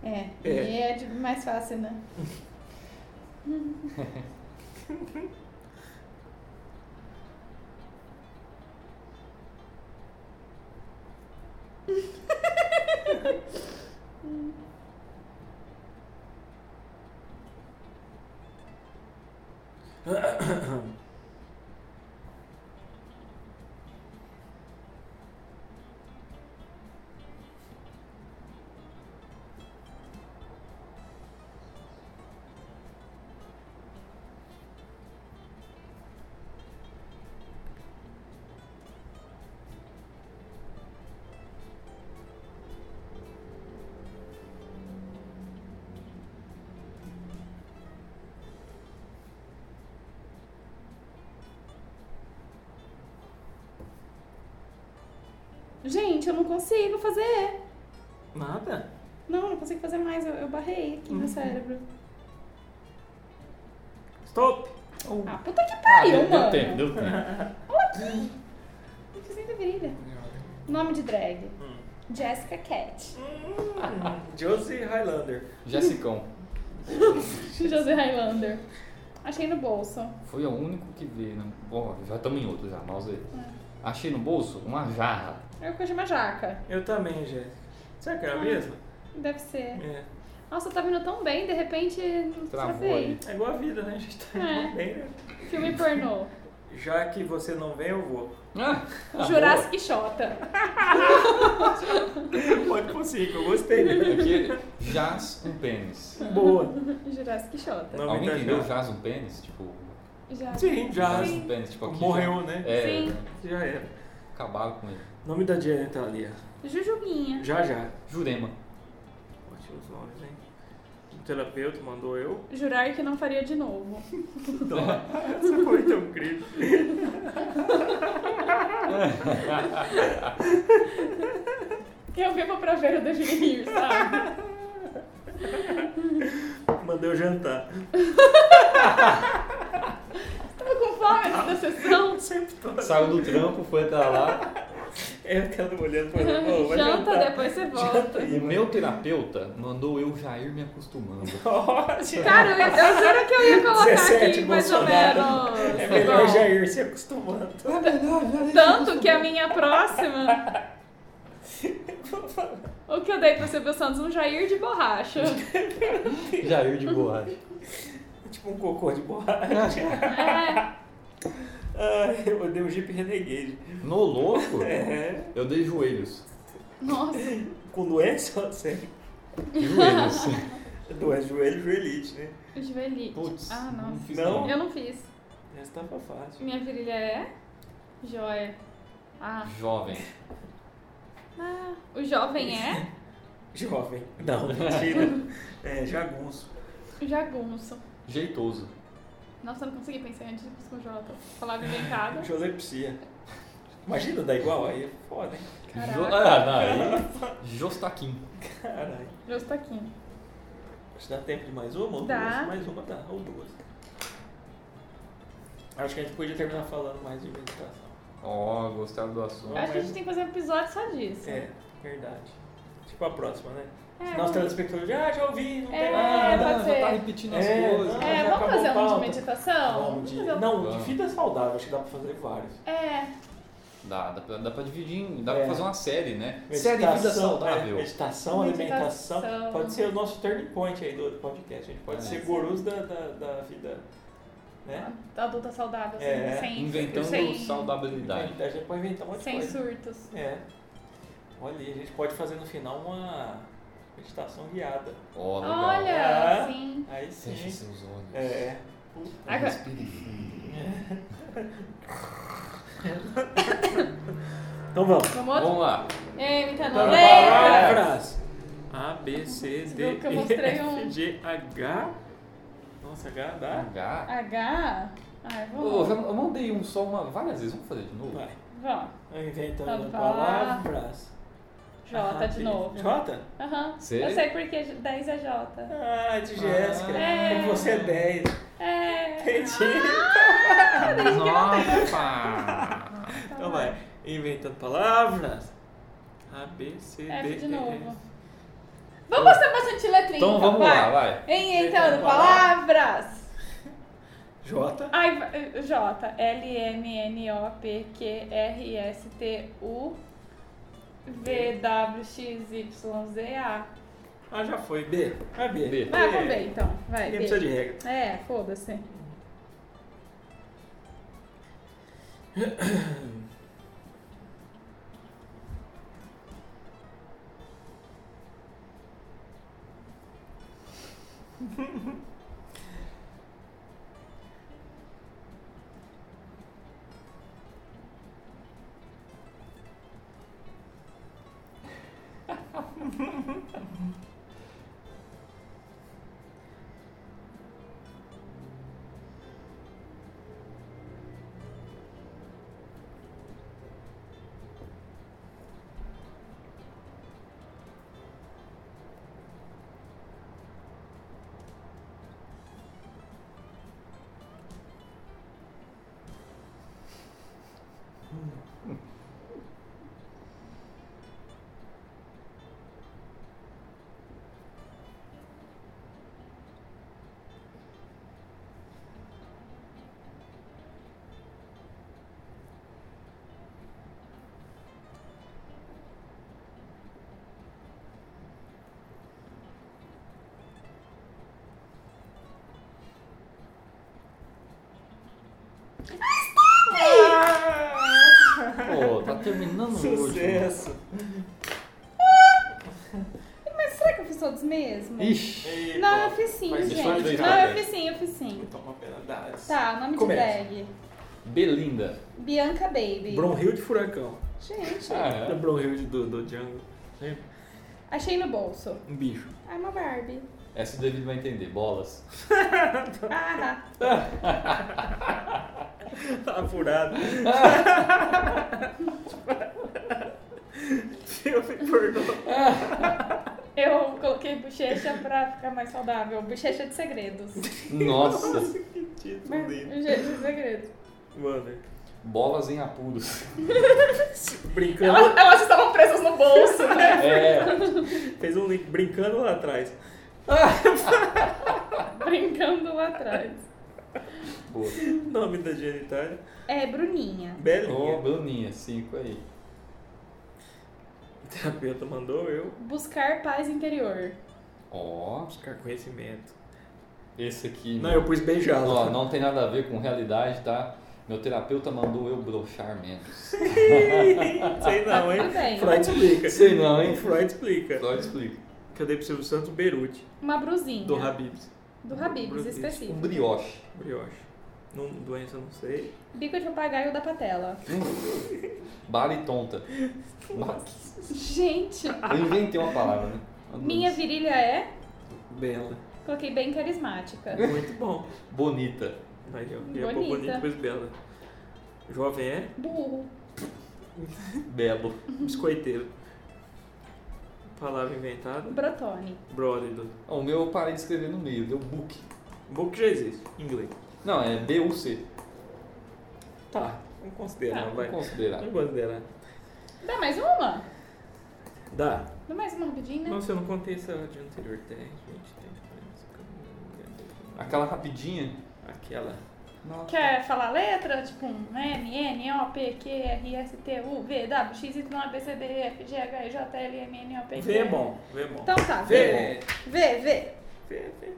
É, É. e é de- mais fácil, né? Gente, eu não consigo fazer. Nada. Não, eu não consigo fazer mais. Eu, eu barrei aqui Uhum. meu cérebro. Stop. Oh. Ah, puta que Ah, pariu, deu, deu mano. tempo, deu tempo. Eu fiz ainda virilha. Nome de drag. Hum. Jessica Cat. Hum, Josie Highlander. Jessicão. José Highlander. Achei no bolso. Foi o único que vi. Né? Ó, já estamos em outro já, mouse aí. Achei no bolso uma jarra. Eu coisa de É uma jaca. Eu também, Jéssica. Será que era a mesma? Deve ser. É. Nossa, tá vindo tão bem, de repente não Travou travei. ali. É igual a vida, né? A gente tá É. indo bem, né? Filme pornô. Já que você não vem, eu vou. Ah, tá Jurassic Xota. Pode conseguir, que eu gostei né? boa. dele. Aqui, jaz um pênis. Boa. Jurassic Xota. Não, tá Alguém muita entendeu jarra. jaz um pênis? Tipo, Já. Sim, já. jaz um pênis. Tipo, aqui Morreu, né? Já, é, Sim. Já era. acabaram com ele. Nome da genitalia. Jujuguinha. Já, já. Jurema. Ótimos nomes, hein? O terapeuta mandou eu. Jurar que não faria de novo. Dó. Essa foi tão incrível. Eu vivo pra ver o David Rir, sabe? Mandei eu jantar. Tava com fome antes da sessão. Sempre tô. assim. Saiu do trampo, foi até lá. É aquela olhando pra mim. "Ô, vai Janta, jantar." depois você volta. O meu terapeuta mandou eu já ir me acostumando. Ótimo. Cara, eu, eu juro que eu ia colocar 17 aqui mais Bolsonaro. ou menos. É melhor Bom, já ir se acostumando. Tanto que a minha próxima, o que eu dei pra Silvio Santos, um Jair de borracha. Jair de borracha. tipo um cocô de borracha. É, Ai, eu dei um Jeep Renegade. No louco, É. eu dei joelhos. nossa. Com doença ou sem? Joelhos. Doença, joelho, joelite, né? Joelhite. Putz, ah, não nossa. fiz Não? não. Eu não fiz. Essa tava fácil. Minha virilha é joia. Ah, Jovem. Ah, o jovem é Jovem. Não, mentira. é, jagunço. jagunço. Jeitoso. Nossa, eu não consegui pensar em antes com J. Palavra inventada. Jolepsia. Imagina, dá igual aí. é Foda, hein? Caraca. Jo- Ah, não, aí- Jostaquim. Caralho. Jostaquinho. Acho que dá tempo de mais uma ou Dá. duas? Mais uma dá, ou duas. Acho que a gente podia terminar falando mais de meditação. Ó, gostaram do assunto. Não, Acho que a mas- gente tem que fazer um episódio só disso. É, verdade. Tipo a próxima, né? É, Nosso vamos- telespectador já, ah, já ouvi, não É, tem ah, nada. não, pode já tá ser. repetindo É, as coisas. não. É, Já vamos acabou fazer a um de pauta? meditação? Vamos de- fazer um- Ah, Não, de Vamos. vida saudável, acho que dá pra fazer vários. É, Dá, dá pra, dá pra dividir, em- dá É. pra fazer uma série, né? série Vida Saudável. é, meditação, alimentação. Meditação. Pode ser o nosso turning point aí do podcast. A gente pode É. ser gurus da, da, da vida. Né? adulta saudável, assim, É. sem, Inventando sem, saudabilidade. A gente pode inventar um monte de sem coisa. surtos. É. Olha, aí, a gente pode fazer no final uma meditação guiada. Ó, legal. Olha, Ah. sim. Aí sim. Feche seus olhos. É. Agora- Respire fundo. Então vamos. Então, Vamos outro? Vamos lá. É, me tá na letra. Palavras. A, B, C, Você D, viu que eu mostrei um- E, F, G, H. Nossa, H dá? H. H? Ai, Ô, vamos. Ah, eu eu mandei um só uma, várias vezes. Vamos fazer de novo? Vai. Vamos. Inventando Vamos falar. palavras. J de novo. Ah, J? Aham. Sério? Eu sei porque 10 é J. Ah, de Jéssica. É. E Você é 10. É. Entendi. tá Nossa! Então vai. Inventando palavras. A, B, C, D, F de E, novo. F. Vamos mostrar bastante letrinha. Então vamos tá, vai. lá, vai. Em então, palavras. J. Ai, va- J, L, M, N, O, P, Q, R, S, T, U, V, W, X, Y, Z, A. Ah, já foi. B. A, B. B. Vai, vamos ver então. Vai, Ninguém B. precisa de regra. É, foda-se. Pô, tá terminando o último. Ah, Sucesso! Mas será que eu fiz todos mesmo? Ixi. Não, eu fiz sim, Mas gente. deixa eu ver, Não, eu cara. fiz sim, eu fiz sim. Toma pedaço. Tá, nome Começa. de drag. Belinda. Bianca Baby. Bronhill de furacão. Gente, É. Ah, Bronhill de, do, do Django. Sempre achei no bolso. Um bicho. Ai, uma Barbie. essa o David vai entender. Bolas. Ah, Tá apurado. Filme pornô. eu coloquei bochecha pra ficar mais saudável. Bochecha de segredos. Nossa. Nossa, que título lindo. Bochecha É, um de segredos. Mano, Bolas em apuros. brincando. Elas, elas estavam presas no bolso, né? É. Fez um link brincando lá atrás. Brincando lá atrás. Boa. Nome da genitália. É, Bruninha. Ô, Belinha. Belinha, cinco aí. O terapeuta mandou eu Buscar paz interior. Ó, buscar conhecimento. esse aqui. Não, meu. eu pus beijá-la. Ó, não é tem nada a ver com realidade, tá? Meu terapeuta mandou eu brochar menos. Sei não, hein? Tá Tudo bem. Freud explica. Sei não, hein? Freud explica. Só explica. Que eu dei pro Silvio Santos Beruti, Uma brusinha. do Habibs. Do Habibs, Brusinha. específico. Um brioche. Brioche. Não, doença, não sei. Bico de papagaio da patela. Bala e Hum. tonta. Nossa, Gente, Eu inventei uma palavra, né? Uma minha doença. virilha é. Bela. Coloquei bem carismática. Muito bom. Bonita. Aí, ó. E é bom, Bonita. bonito, depois bela. Jovem é Burro. Belo. biscoiteiro. Palavra inventada. Brotone. Brólido. Ó, o meu eu parei de escrever no meio, deu book. Book já existe. Inglês. Não, é B-U-C. Tá. Vamos considerar, vai. Vamos considerar. Vamos considerar. Dá mais uma? Dá. Dá mais uma rapidinha, né? Nossa, eu não contei essa de anterior. Tem, gente, tem. tem. Aquela rapidinha. Aquela. Quer falar a letra? Tipo um M, N, O, P, Q, R, S, T, U, V, W, X, Y, A, B, C, D, E, F, G, H, I, J, L, M, N, O, P, Q. Vê é R. bom, vê é bom. Então tá, vê. Vê, Vê, vê. vê, vê.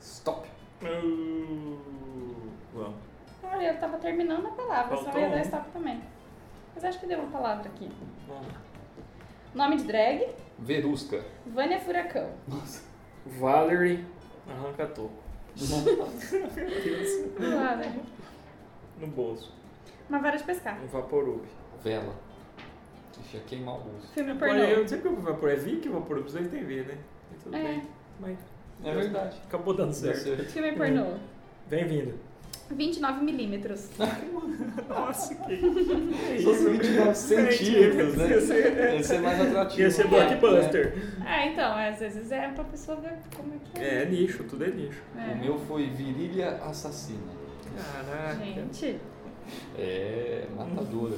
Stop. Uh, Vamos. Olha, eu tava terminando a palavra, só Faltou ia um. dar stop também. Mas acho que deu uma palavra aqui. Vamos lá. Nome de drag, Verusca. Vânia Furacão. Valerie arranca toco. Lá, né? No bolso. Uma vara de pescar. Um Vaporub. Vela. Deixa eu queimar o bolso. Filme Olha, eu pornô. não sei porque o Vaporub é Vic e Vaporub, os dois tem V, né? Mas Tudo É. bem. Mas É verdade. acabou dando certo. Deu certo. Filme pornô. Bem-vindo. 29 milímetros. Nossa, que Se fosse 29 centímetros, né? Ia ser- Ia ser mais atrativo. Ia ser blockbuster. Ah, então, às vezes é pra pessoa ver como é que é. É, é nicho, tudo é nicho. O meu foi virilha assassina. Caraca. Gente. É, matadora.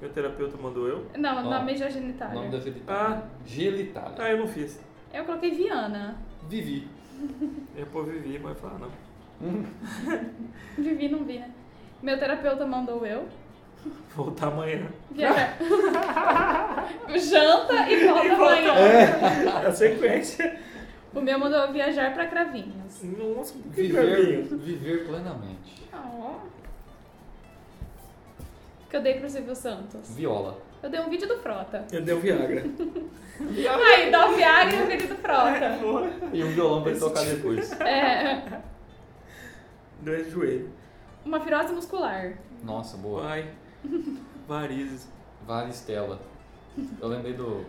Meu terapeuta mandou eu. Não, Ó, nome de O genitália. nome da gelitália. Gelitália. Ah, eu não fiz. Eu coloquei Viana. Vivi. Eu vou viver, mas falar não. Vivi, não vi, né? Meu terapeuta mandou eu. Voltar amanhã. Viajar. Janta e volta E volta amanhã. É a sequência. É. O meu mandou eu viajar pra Cravinhos. Nossa, por que Viver, gravinho? viver plenamente. Que eu dei pro Silvio Santos. Viola. Eu dei um vídeo do Frota. Eu dei o Viagra. Aí, dá o Viagra e o vídeo do É, Frota. E um violão pra ele tocar depois. É. Dois joelhos. Uma virose muscular. Nossa, boa. Vai. Varizes. Varistela. Eu lembrei do.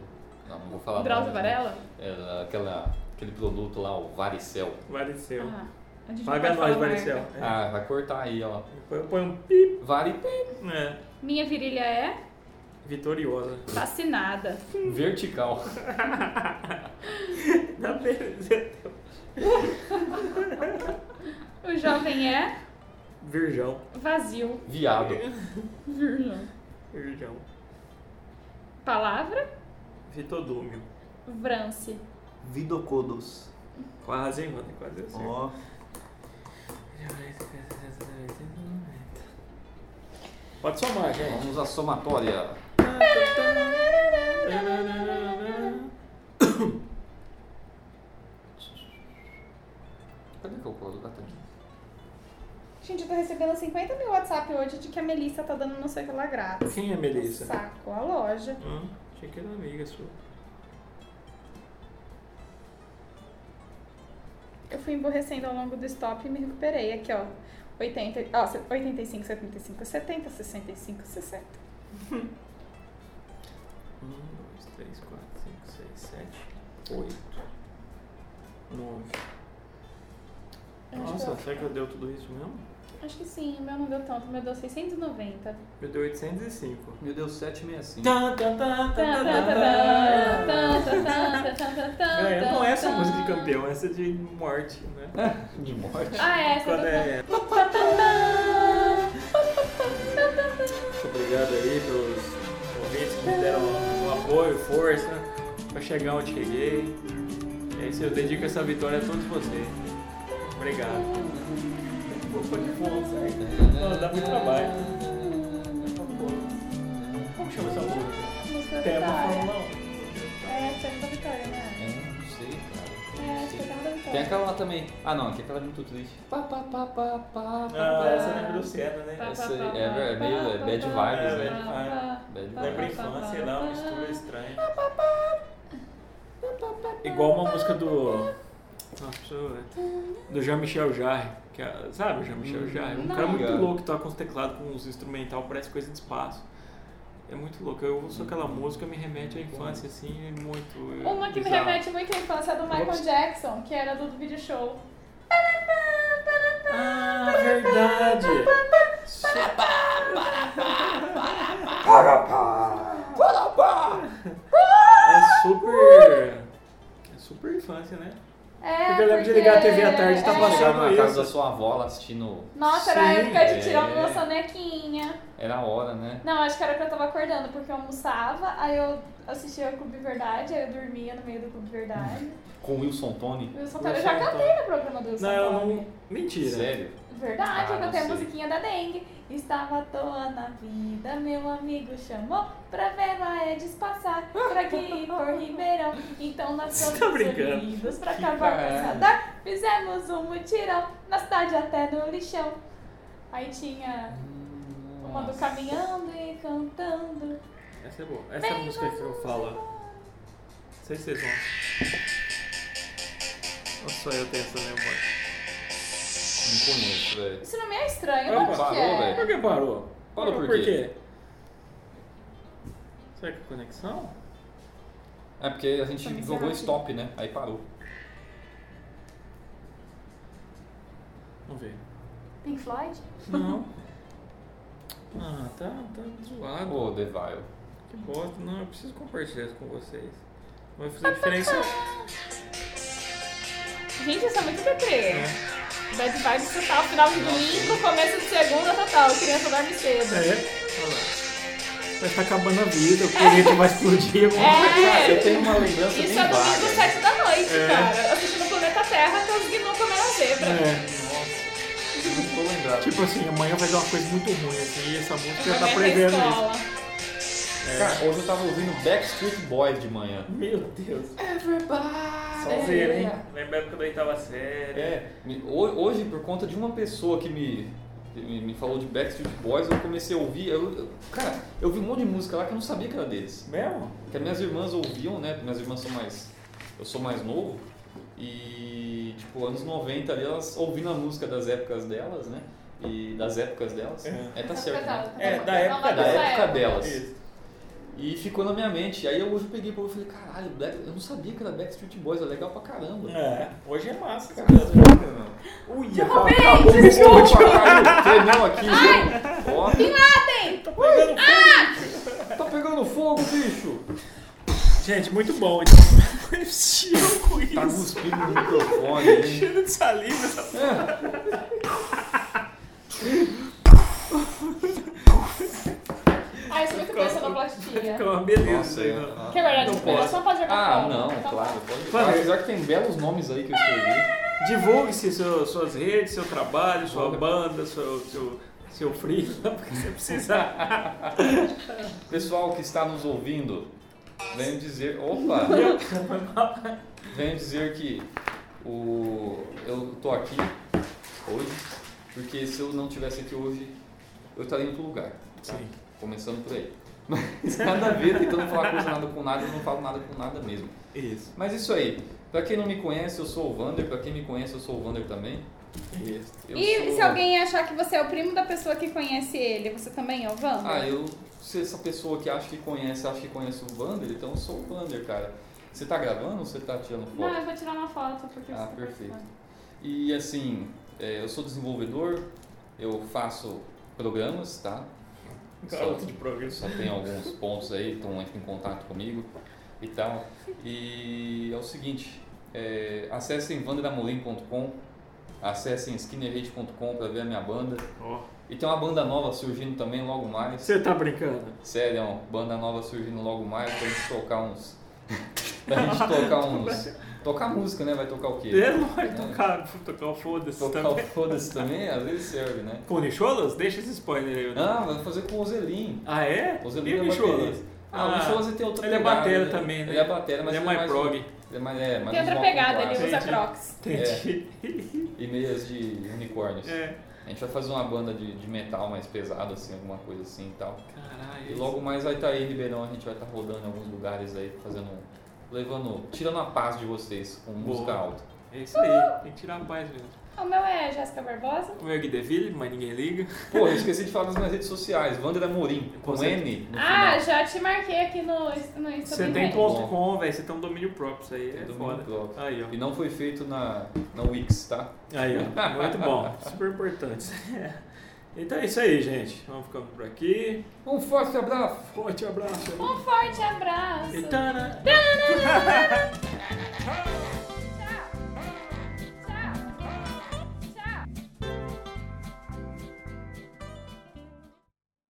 Não, não vou falar Drauzio nome, né? Varela? É, aquela, aquele produto lá, o Varicel. Varicel. Ah, a gente não Paga pode falar nós, Varicel. marca. É. Ah, vai cortar aí, ó. Põe- Põe um pip. Vari É. Minha virilha é Vitoriosa. fascinada. vertical. Dá beleza. O jovem é Virgão. vazio. Viado. Virgem. Virgão. Palavra, Vitodúmio. vrance. Vidocodos. Quase, hein, mano? Quase eu sei. Ó. Pode somar, gente. Vamos à somatória. Cadê que eu coloco? Ah, tá aqui. Gente, eu tô recebendo 50 mil WhatsApp hoje de que a Melissa tá dando não sei o que lá grátis. Um Quem é a Melissa? Saco, a loja. Hum, achei que era amiga sua. Eu fui emborrecendo ao longo do stop e me recuperei. Aqui, ó. 80, ó, 85, 75, 70, 65, 60. Um, dois, três, quatro, cinco, seis, sete, oito, nove. Eu acho Nossa, que será que eu deu tudo isso mesmo? eu- acho que sim, o meu não deu tanto, o meu deu 690. Eu dei 805. Meu Deus, 765. Tan, tan, tan, tan, tan, tan, tan. É, não é essa música de campeão, essa é de morte, né? De morte. Ah, é, essa Quando é. é. Muito obrigado aí pelos ouvintes que me deram o apoio, força pra chegar onde cheguei. É isso, eu dedico essa vitória a todos vocês. Obrigado. Não, dá muito trabalho. Como chama essa música? Música da Tema Vitória. Fórmula É, tema da Vitória, né? Eu É, não sei, cara. É, Não acho que é sei. tema da Tem Vitória. aquela lá também. Ah, não, aqui é aquela muito triste. Pá, pá, pá, pá, pá, pá, 1. Ah, pá. essa lembra do Senna, né? Essa aí é ver- é meio é bad Ah, vibes, É, né? bad Bad vibes. Lembra a infância, lá uma mistura estranha. Igual uma música do. Nossa, pessoa, do Jean-Michel Jarre, que é- sabe o Jean-Michel Hum, Jarre? Um não. cara muito Obrigado. louco que toca uns teclados com uns instrumental, parece coisa de espaço. É muito louco. Eu ouço aquela música, me remete à infância, assim, é muito. é Uma que me bizarro. remete muito à infância é do Michael Ops. Jackson, que era do, do video show. Ah, verdade! É super. É super infância, né? É, Porque eu lembro de ligar a TV à tarde e tá Você é. passando. chegava na casa isso. da sua avó lá assistindo. Nossa, era a Sim, época é. de tirar uma sonequinha. Era a hora, né? Não, acho que era que eu tava acordando, porque eu almoçava, aí eu assistia o Clube Verdade, aí eu dormia no meio do Clube Verdade. Com Wilson Tony. E o Santana eu já Wilson cantei no programa do é Não, Santana. eu não. Mentira. Sério? Verdade, Ah, eu não cantei a sei. musiquinha da dengue. Estava à toa na vida, meu amigo chamou pra ver a Edis passar por aqui, por Ribeirão. Então nós Você fomos tá brincando? unidos pra Que acabar com essa caralho. dor. Fizemos um mutirão, na cidade até no lixão. Aí tinha uma do caminhando e cantando. Essa é boa. Essa é a música que eu falo. Não sei se vocês vão. Ou só eu tenho essa memória? Não conheço, velho. Isso não me é estranho, Opa, não que que parou, é. velho. Por que parou? Parou por quê? Será que é conexão? É porque a gente Vamos encerrar jogou aqui. stop, né? Aí parou. Vamos ver. Pink Floyd? Não. Ah, tá, tá zoado. Ô, The Vile. Que bosta. Não, eu preciso compartilhar isso com vocês. Não vai fazer diferença. né? Gente, isso é muito deprê. Bad vibes total, final de domingo, começo de segunda total. Criança dorme cedo. É. Olha lá. Vai estar acabando a vida, o planeta vai explodir. vamos É. eu tenho uma lembrança Isso bem é domingo, vaga. sete da noite, É. cara. Assistindo o Planeta Terra, que os gnu comeram a zebra. É, Eu não tô lembrado. tipo assim, amanhã vai dar uma coisa muito ruim, assim, e essa música já Eu tá também fui à prevendo isso. escola. Cara, É, hoje eu tava ouvindo Backstreet Boys de manhã. Meu Deus. Ah, Sonzeira, Tá hein? Lembra quando eu oitava série. É, me- ho- hoje, por conta de uma pessoa que me, que me, me falou de Backstreet Boys, eu comecei a ouvir. eu- eu- cara, eu vi um monte de música lá que eu não sabia que era deles. Mesmo? Que as minhas irmãs ouviam, né? Minhas irmãs são mais. Eu sou mais novo. E, tipo, anos 90 ali, elas ouvindo a música das épocas delas, né? E das épocas delas. É. É, tá certo. Né? Pesado. É, da época- mas da dessa época delas. E ficou na minha mente. Aí eu hoje peguei pra ouvir e falei, caralho, Black- eu não sabia que era Backstreet Boys, é legal pra caramba. É, hoje é massa, cara. Caraca, meu. Uia, bem, acabou o Pô, biscoito. caralho, tremeu aqui, viu? Ó, Pilatem! tá pegando fogo, bicho! Gente, muito bom. Então, mexeu com Tá isso. cuspindo no microfone, hein? Cheiro de saliva. essa p- É, Ah, isso é muito coisa da plastia. Ficou uma beleza. Nossa, aí, né? é. não. Que é verdade, Não o pessoal só pode jogar Ah, fora. não, Então, claro, pode Claro. Apesar que tem belos nomes aí que eu escrevi. Divulgue-se seu- suas redes, seu trabalho, sua Divulga. banda, seu, seu, seu freela, porque você precisa. Pessoal que está nos ouvindo, venho dizer. Opa! venho dizer que o, eu tô aqui hoje, porque se eu não tivesse aqui hoje, eu estaria em outro lugar. tá? Sim. Começando por aí. Mas nada a ver, tentando falar coisa nada com nada, eu não falo nada com nada mesmo. Isso. Mas isso aí. Pra quem não me conhece, eu sou o Vander. Pra quem me conhece, eu sou o Vander também. Isso. Eu E sou- se alguém achar que você é o primo da pessoa que conhece ele, você também é o Wanda? Ah, eu se essa pessoa que acha que conhece, acha que conhece o Vander, então eu sou o Vander, cara. Você tá gravando ou você tá tirando foto? Não, eu vou tirar uma foto porque Ah, você tá perfeito. participando. E assim, é, eu sou desenvolvedor, eu faço programas, tá? Só, Garoto de progresso. só tem alguns pontos aí, então entra em contato comigo e tal. E é o seguinte, é, acessem vanderamolim.com, acessem skinnerhate.com para ver a minha banda. Ó, E tem uma banda nova surgindo também logo mais. Você tá brincando? Sério, é uma banda nova surgindo logo mais pra gente tocar uns. pra gente tocar uns. Tocar música, né? Vai tocar o quê? É, lógico, tocar, tocar o foda-se Tocar o também. foda-se também, às vezes serve, né? Com o Nicholas? Deixa esse spoiler aí. né? Ah, vai fazer com o Ozelin. Ah, é? O E Ozelin o é Nicholas? baterista. Ah, o Nicholas tem outra ele é pegada, batera né? também, né? Ele é batera, mas Ele é mais prog. Ele é mais, é, mais Tem outra visual pegada, popular. ele usa Entendi. Crocs. Entendi. E meias de unicórnios. É. A gente vai fazer uma banda de, de metal mais pesada, assim, alguma coisa assim e tal. Caralho. E logo mais vai estar aí em Ribeirão, a gente vai estar rodando em alguns lugares aí, fazendo. um, levando. tirando a paz de vocês com música Boa. alta. É isso aí, tem que tirar a paz mesmo. O meu é Jéssica Barbosa. O Meg Deville, mas ninguém liga. Pô, eu esqueci de falar das minhas redes sociais, Wander Amorim, com Você- N no final. Ah, já te marquei aqui no, no Insta Você do tem Inês. ponto .com, velho, você tem um domínio próprio, isso aí é Tem domínio foda. próprio. Aí, ó. E não foi feito na, na Wix, tá? Aí, ó. Muito bom. Super importante. Então é isso aí, gente. Vamos ficando por aqui. Um forte abraço! Forte abraço. Um forte abraço. E tana.